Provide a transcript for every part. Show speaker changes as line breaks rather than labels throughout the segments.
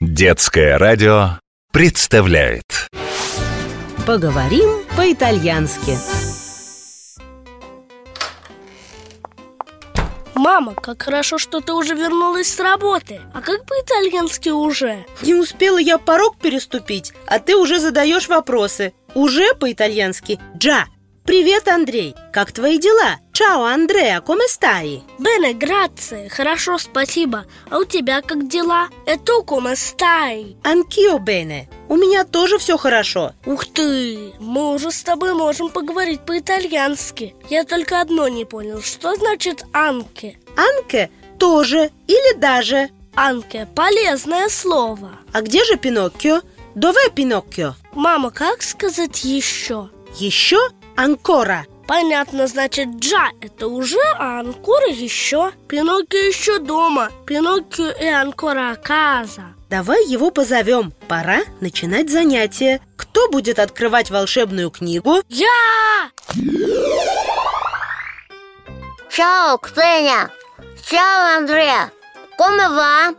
Детское радио представляет
Поговорим по-итальянски.
Мама, как хорошо, что ты уже вернулась с работы. А как по-итальянски уже?
Не успела я порог переступить, а ты уже задаешь вопросы. Уже по-итальянски «джа». Привет, Андрей. Как твои дела? Чао, Андреа, come stai?
Бене, грация, хорошо, спасибо. А у тебя как дела? Это коме стай.
Анкио бене. У меня тоже все хорошо.
Ух ты, мы уже с тобой можем поговорить по-итальянски. Я только одно не понял, что значит анке?
Анке тоже или даже.
Анке – полезное слово.
А где же Пиноккио? Дове Пиноккио?
Мама, как сказать еще?
Еще анкора.
Понятно, значит, джа – это уже, а анкора еще. Пиноккио еще дома. Пиноккио и анкора каза.
Давай его позовем. Пора начинать занятие. Кто будет открывать волшебную книгу?
Я!
Чао, Ксения! Чао, Андреа! Коме ва?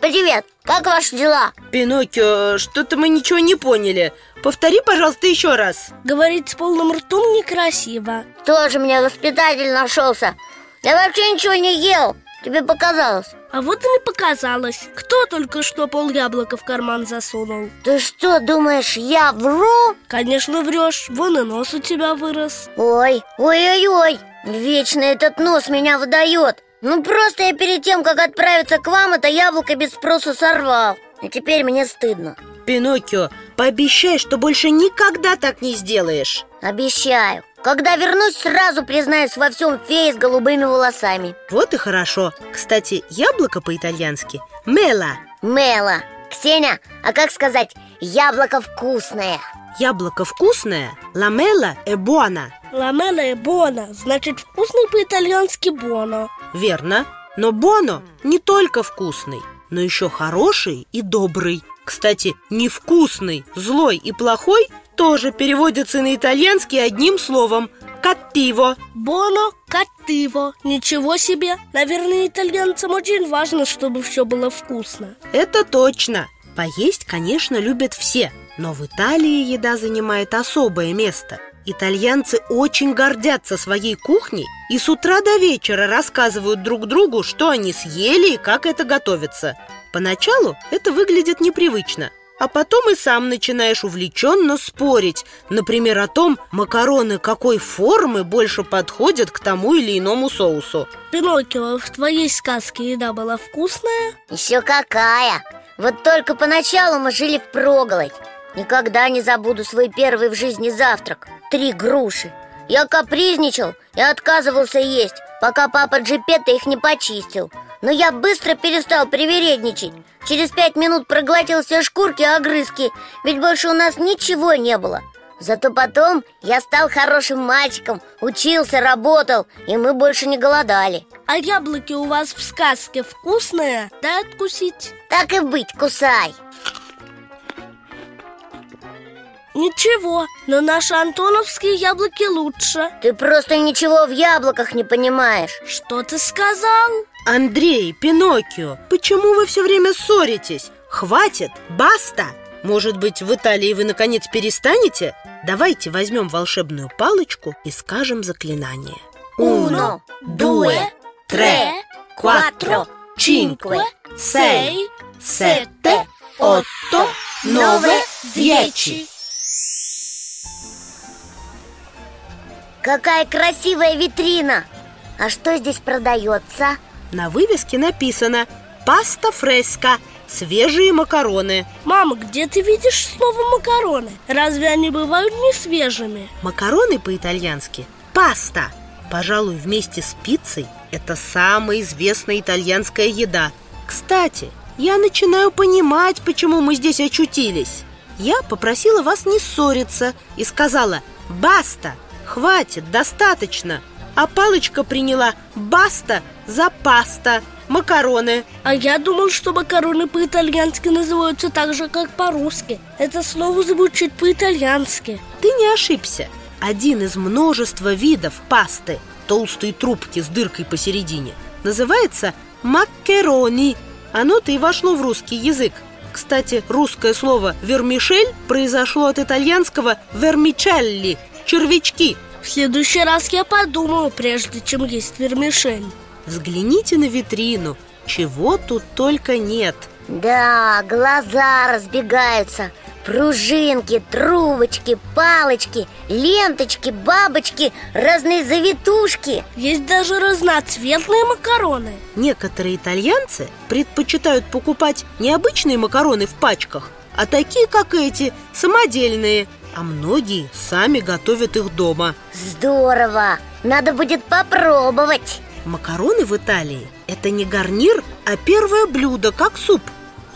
Привет! Как ваши дела?
Пиноккио, что-то мы ничего не поняли. Повтори, пожалуйста, еще раз.
Говорить с полным ртом некрасиво.
Тоже мне воспитатель нашелся Я вообще ничего не ел Тебе показалось
А вот и не показалось. Кто только что пол яблока в карман засунул?
Ты что, думаешь, я вру?
Конечно, врешь. Вон и нос у тебя вырос.
Ой, ой-ой-ой Вечно этот нос меня выдает Ну просто я перед тем, как отправиться к вам Это яблоко без спроса сорвал И теперь мне стыдно
Пиноккио, пообещай, что больше никогда так не сделаешь.
Обещаю Когда вернусь, сразу признаюсь во всем фее с голубыми волосами
Вот и хорошо. Кстати, яблоко по-итальянски мела.
Мела Ксения, а как сказать «яблоко вкусное»?
Яблоко вкусное, ламела e buona.
Ламела и бона, значит, вкусный по-итальянски боно.
Верно. Но боно не только вкусный, но еще хороший и добрый. Кстати, невкусный, злой и плохой тоже переводятся на итальянский одним словом – кативо.
Боно кативо. Ничего себе. Наверное, итальянцам очень важно, чтобы все было вкусно.
Это точно. Поесть, конечно, любят все, но в Италии еда занимает особое место. Итальянцы очень гордятся своей кухней и с утра до вечера рассказывают друг другу, что они съели и как это готовится. Поначалу это выглядит непривычно, а потом и сам начинаешь увлеченно спорить, например, о том, макароны какой формы больше подходят к тому или иному соусу.
Пиноккио, в твоей сказке еда была вкусная?
Еще какая! Вот только поначалу мы жили в проголодь Никогда не забуду свой первый в жизни завтрак Три груши Я капризничал и отказывался есть Пока папа Джипетта их не почистил Но я быстро перестал привередничать Через пять минут проглотил все шкурки и огрызки Ведь больше у нас ничего не было Зато потом я стал хорошим мальчиком Учился, работал И мы больше не голодали
А яблоки у вас в сказке вкусные? Дай откусить.
Так и быть, кусай
Ничего, но наши антоновские яблоки лучше.
Ты просто ничего в яблоках не понимаешь
Что ты сказал?
Андрей, Пиноккио, почему вы все время ссоритесь? Хватит, баста! Может быть, в Италии вы наконец перестанете? Давайте возьмем волшебную палочку и скажем заклинание.
Uno, due, tre, quattro, cinque, sei,
sette,
otto, nove, dieci. Какая красивая витрина! А что здесь продается?
На вывеске написано «Паста фреска. Свежие макароны».
Мама, где ты видишь слово макароны? Разве они бывают не свежими?
Макароны по-итальянски «паста». Пожалуй, вместе с пиццей это самая известная итальянская еда. Кстати, я начинаю понимать, почему мы здесь очутились. Я попросила вас не ссориться и сказала «Баста! Хватит, достаточно!» А палочка приняла «Баста» за «паста», «макароны».
А я думал, что макароны по-итальянски называются так же, как по-русски. Это слово звучит по-итальянски.
Ты не ошибся. Один из множества видов пасты, толстые трубки с дыркой посередине, называется маккерони. Оно-то и вошло в русский язык. Кстати, русское слово «вермишель» произошло от итальянского «вермичелли» – «червячки».
В следующий раз я подумаю, прежде чем есть вермишель
Взгляните на витрину, чего тут только нет –
Да, глаза разбегаются Пружинки, трубочки, палочки, ленточки, бабочки, разные завитушки
Есть даже разноцветные макароны
Некоторые итальянцы предпочитают покупать не обычные макароны в пачках, а такие, как эти, самодельные. А многие сами готовят их дома.
Здорово! Надо будет попробовать
Макароны в Италии – это не гарнир, а первое блюдо, как суп.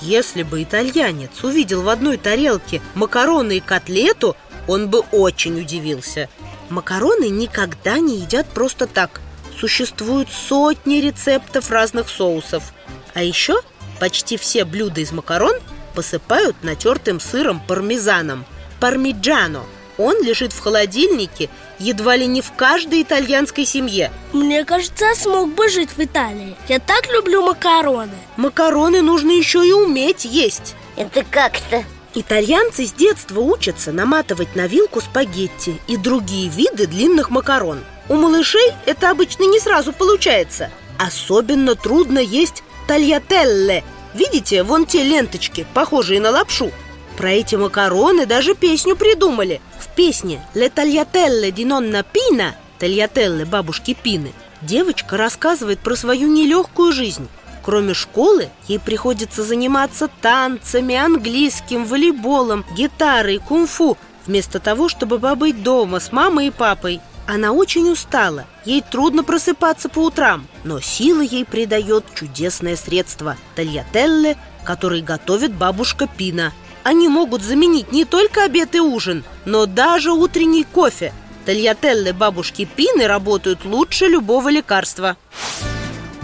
Если бы итальянец увидел в одной тарелке макароны и котлету, он бы очень удивился. Макароны никогда не едят просто так. Существуют сотни рецептов разных соусов. А еще почти все блюда из макарон посыпают натертым сыром пармезаном – пармиджано. Он лежит в холодильнике едва ли не в каждой итальянской семье –
Мне кажется, я смог бы жить в Италии Я так люблю макароны
Макароны нужно еще и уметь есть
Это как-то
Итальянцы с детства учатся наматывать на вилку спагетти и другие виды длинных макарон У малышей это обычно не сразу получается Особенно трудно есть тальятелле Видите, вон те ленточки, похожие на лапшу Про эти макароны даже песню придумали В песне «Le tagliatelle di nonna Pina» Тальятеллы бабушки Пины Девочка рассказывает про свою нелегкую жизнь Кроме школы, ей приходится заниматься танцами, английским, волейболом, гитарой, кунг-фу Вместо того, чтобы побыть дома с мамой и папой Она очень устала, ей трудно просыпаться по утрам Но силы ей придает чудесное средство – тальятелле, который готовит бабушка Пина Они могут заменить не только обед и ужин, но даже утренний кофе Тальятеллы бабушки Пины работают лучше любого лекарства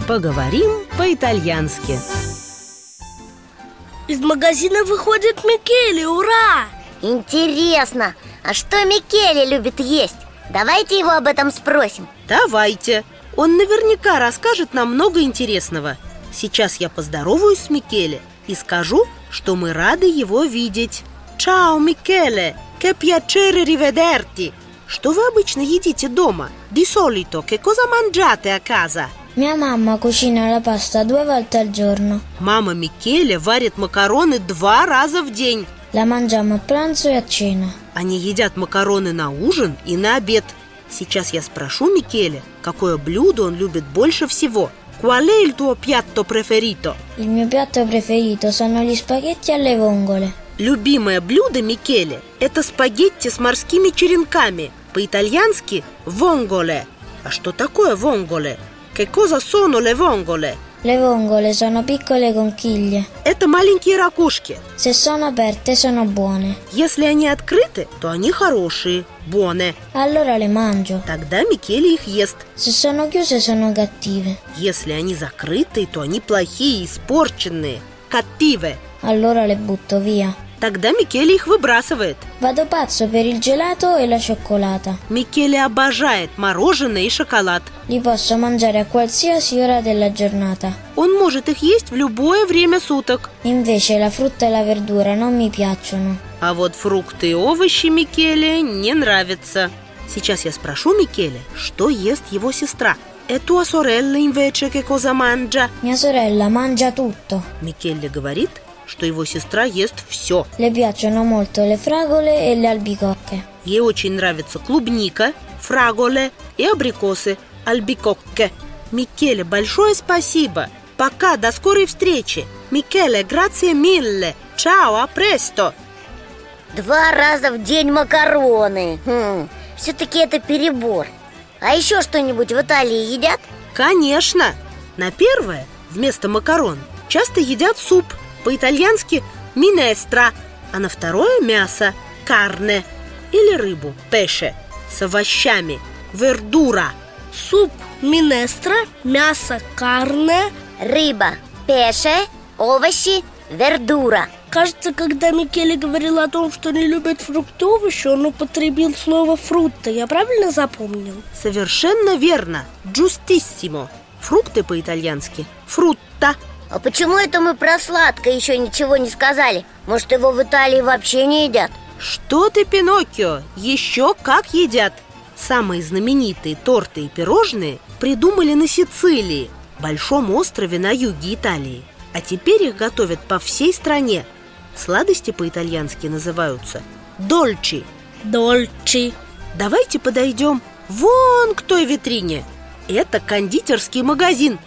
Поговорим по-итальянски
Из магазина выходит Микеле, ура!
интересно А что Микеле любит есть? Давайте его об этом спросим
Давайте. Он наверняка расскажет нам много интересного. Сейчас я поздороваюсь с Микеле и скажу, что мы рады его видеть. Чао, Микеле! Che piacere rivederti! Что вы обычно едите дома? Di solito, che cosa mangiate a casa?
Mia mamma cucina la pasta due volte al giorno.
Мама Микеле варит макароны два раза в день.
La mangiamo a pranzo e a cena.
Они едят макароны на ужин и на обед. Сейчас я спрошу Микеле, какое блюдо он любит больше всего. Qual è il tuo piatto preferito?
Il mio piatto preferito sono gli spaghetti alle vongole.
Любимое блюдо Микеле – это спагетти с морскими черенками, по-итальянски «вонголе». А что такое «вонголе»? Che cosa sono le vongole?
Le vongole sono piccole conchiglie.
Это маленькие ракушки.
Se sono aperte sono buone.
Если они открыты, то они хорошие, боне.
Allora le mangio.
Тогда Микеле их ест.
Se sono chiuse sono cattive.
Если они закрыты, то они плохие, испорченные, кативе.
Allora le butto via.
Тогда Микеле их выбрасывает.
Vado pazzo per il gelato e la cioccolata.
Микеле обожает мороженое и шоколад.
Li posso mangiare a qualsiasi ora della giornata.
Он может их есть в любое время суток.
Invece la frutta e la verdura non mi piacciono.
А вот фрукты и овощи Микеле не нравятся. Сейчас я спрошу Микеле, что ест его сестра. «E tua sorella invece che cosa mangia?»
Mia sorella mangia tutto.
Микеле говорит, что его сестра ест все.
Le piacciono molto le fragole e le albicocche.
Ей очень нравится клубника, фраголе и абрикосы, альбикокке. Микеле, большое спасибо! Пока, до скорой встречи! Микеле, грация милле! Чао, а апресто!
Два раза в день макароны Все-таки это перебор А еще что-нибудь в Италии едят?
Конечно! На первое вместо макарон часто едят суп, по-итальянски минестра, а на второе мясо – карне или рыбу – пеше с овощами – вердура.
Суп, минестра, мясо, карне
Рыба, пеше, овощи, вердура
Кажется, когда Микеле говорил о том, что не любит фрукты и овощи, он употребил слово «фрукта». Я правильно запомнил?
Совершенно верно – джустиссимо. Фрукты по-итальянски – фрутта,
А почему это мы про сладкое еще ничего не сказали? Может, его в Италии вообще не едят?
Что ты, Пиноккио, еще как едят Самые знаменитые торты и пирожные придумали на Сицилии Большом острове на юге Италии А теперь их готовят по всей стране Сладости по-итальянски называются дольчи
Дольчи
Давайте подойдем вон к той витрине Это кондитерский магазин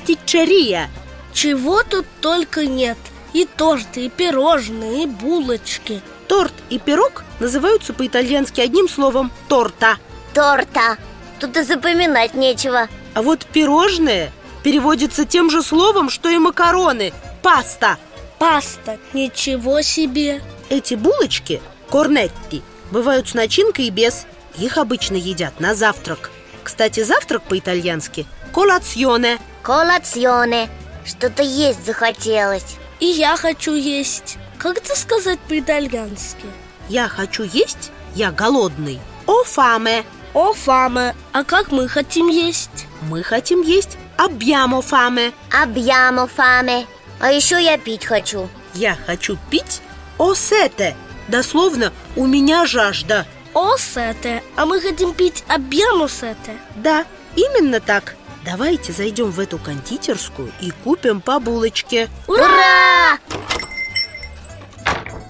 Пастичерия
Чего тут только нет И торты, и пирожные, и булочки
Торт и пирог называются по-итальянски одним словом «торта»
Торта! Тут и запоминать нечего
А вот пирожное переводится тем же словом, что и макароны – паста
Паста, ничего себе
Эти булочки – корнетти – бывают с начинкой и без Их обычно едят на завтрак Кстати, завтрак по-итальянски – колационе
Колационе Что-то есть захотелось
И я хочу есть Как это сказать по-итальянски?
«Я хочу есть, я голодный» «О фаме»
О, фама, а как мы хотим есть?
«Мы хотим есть» «Объямо фаме»
Объямо фаме А еще я пить хочу
«Я хочу пить» «О сете» Дословно «У меня жажда»
О, сете, а мы хотим пить объему сете
Да, именно так Давайте зайдем в эту кондитерскую и купим по булочке
Ура!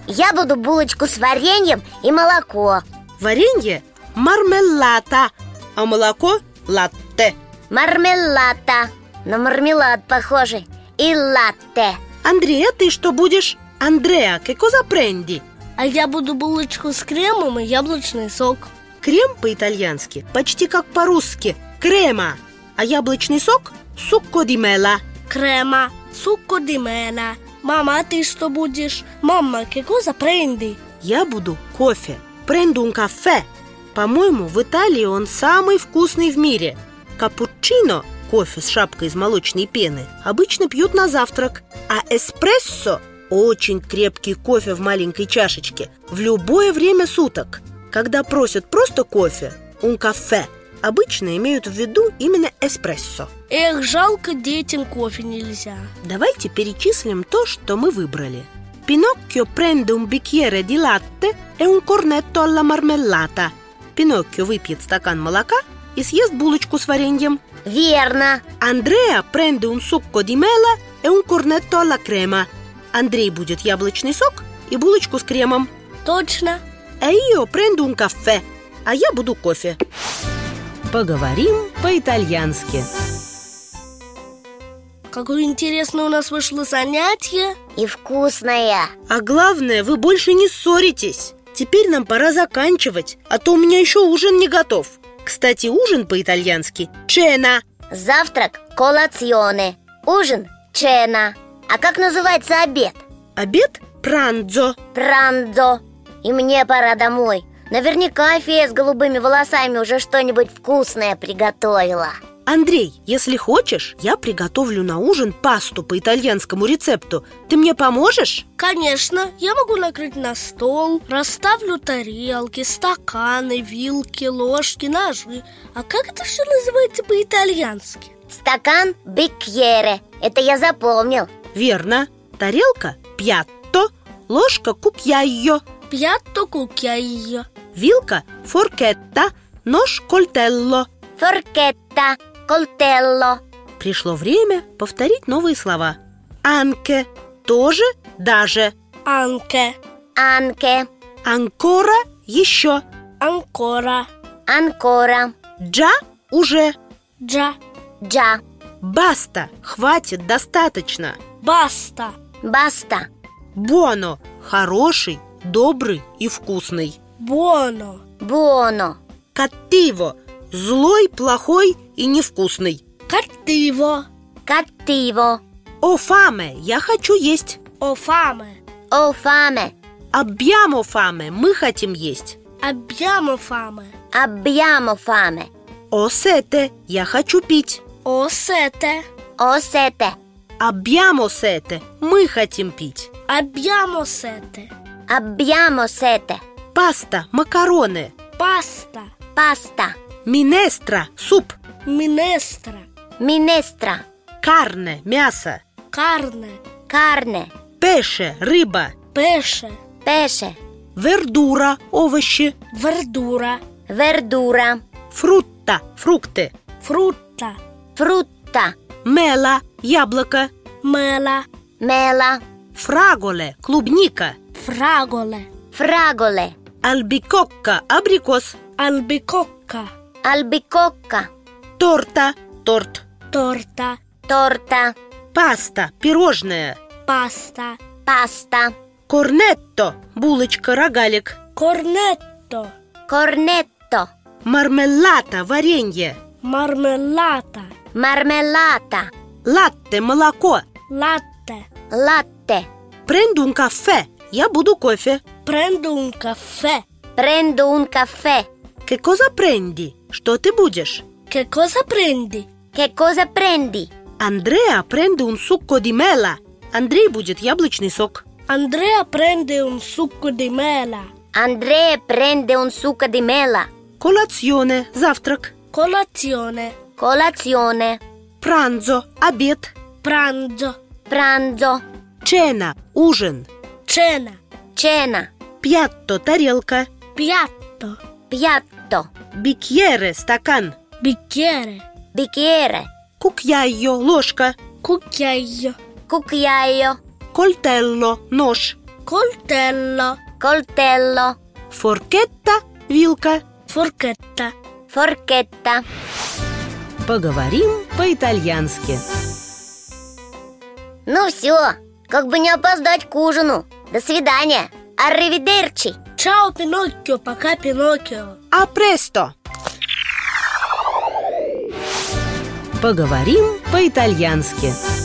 Я буду булочку с вареньем и молоко
Варенье – мармелата, а молоко – латте
Мармелата На мармелад похоже И латте
Андрея, ты что будешь? Андреа, che cosa prendi?
А я буду булочку с кремом и яблочный сок
Крем по-итальянски почти как по-русски – крема А яблочный сок – сукко di mela
Крема, сукко ди мена Мама, а ты что будешь? Мама, кеку за пренди
Я буду кофе. Пренду un кафе. По-моему, в Италии он самый вкусный в мире. Капучино, кофе с шапкой из молочной пены, обычно пьют на завтрак. А эспрессо – очень крепкий кофе в маленькой чашечке в любое время суток. Когда просят просто кофе, un кафе, обычно имеют в виду именно эспрессо.
Эх, жалко, детям кофе нельзя
Давайте перечислим то, что мы выбрали. Пиноккио prende un bicchiere di latte e un cornetto alla marmellata. Пиноккио выпьет стакан молока и съест булочку с вареньем.
Верно
Андреа prende un succo di mela e un cornetto alla crema. Андрей будет яблочный сок и булочку с кремом.
Точно,
А io prendo un кафе, а я буду кофе.
Поговорим по-итальянски.
какое интересное у нас вышло занятие
И вкусная
А главное, вы больше не ссоритесь. Теперь нам пора заканчивать, а то у меня еще ужин не готов. Кстати, ужин по-итальянски чена.
Завтрак – колационе Ужин – чена А как называется обед?
Обед пранзо.
Прандо И мне пора домой Наверняка фея с голубыми волосами уже что-нибудь вкусное приготовила
Андрей, если хочешь, я приготовлю на ужин пасту по итальянскому рецепту. Ты мне поможешь?
Конечно, я могу накрыть на стол Расставлю тарелки, стаканы, вилки, ложки, ножи А как это все называется по-итальянски?
Стакан – бикьере Это я запомнил
Верно. Тарелка пьятто, ложка кукьяйо,
Пьятто кукьяйо
вилка форкетта, нож кольтелло.
Форкетта – колтелло
Пришло время повторить новые слова. Анке тоже даже.
Анке,
Анке
Анкора еще.
анкора,
Анкора
Джа уже.
джа,
Джа
Баста. Хватит, достаточно.
баста
Баста
Боно. Хороший, добрый и вкусный.
Боно,
Буоно
Каттиво. Злой, плохой и невкусный.
картиво,
Каттиво
О фаме, я хочу есть.
офаме,
О фаме
Объямо фаме, мы хотим есть.
абьямо фаме,
Абьямо фаме
О сете, я хочу пить.
осете,
О сете
Объямо сете, мы хотим пить.
абьямо сете,
Абьямо сете
Паста, макароны.
паста,
Паста
Минестра, суп.
минестра,
Минестра
Карне, мясо.
Карне,
Карне,
Пеше – рыба
пеше,
пеше,
Вердура – овощи
вердура,
вердура,
Фрутта – фрукты
фрутта,
фрутта,
Мела – яблоко
мела,
мела,
Фраголе – клубника
фраголе,
фраголе,
Альбикокка – абрикос
альбикокка,
альбикокка,
Торта – торт
торта,
торта,
Паста – пирожное
паста,
паста,
Корнетто – булочка, рогалик
корнетто,
корнетто,
Мармеллата – варенье
мармелата,
мармелата,
Латте – молоко
латте.
латте.
Пренду un caffè Я буду кофе
Prendo un caffè.
Prendo un caffè.
Che cosa prendi? Что ты будешь?
Che cosa prendi?
Che cosa prendi?
Andrea prende un succo di mela. Андрей будет яблочный сок.
Andrea prende un succo di mela.
Andrea prende un succo di mela.
Colazione – завтрак.
Colazione.
Colazione.
Пранзо – обед.
Pranzo.
Pranzo.
Чена – ужин.
Cena.
Cena.
Пьятто – тарелка.
Piatto.
Piatto.
Бикьере – стакан.
Bicchiere.
Bicchiere.
Кукьяйо – ложка.
Cucchiaio.
Cucchiaio.
Кольтелло – нож.
Coltello.
Coltello.
Форкетта – вилка.
Forchetta.
Forchetta.
Поговорим по-итальянски.
Ну все, как бы не опоздать к ужину. До свидания. Arrivederci.
Ciao Pinocchio, pacà Pinocchio.
А престо!
Поговорим по-итальянски.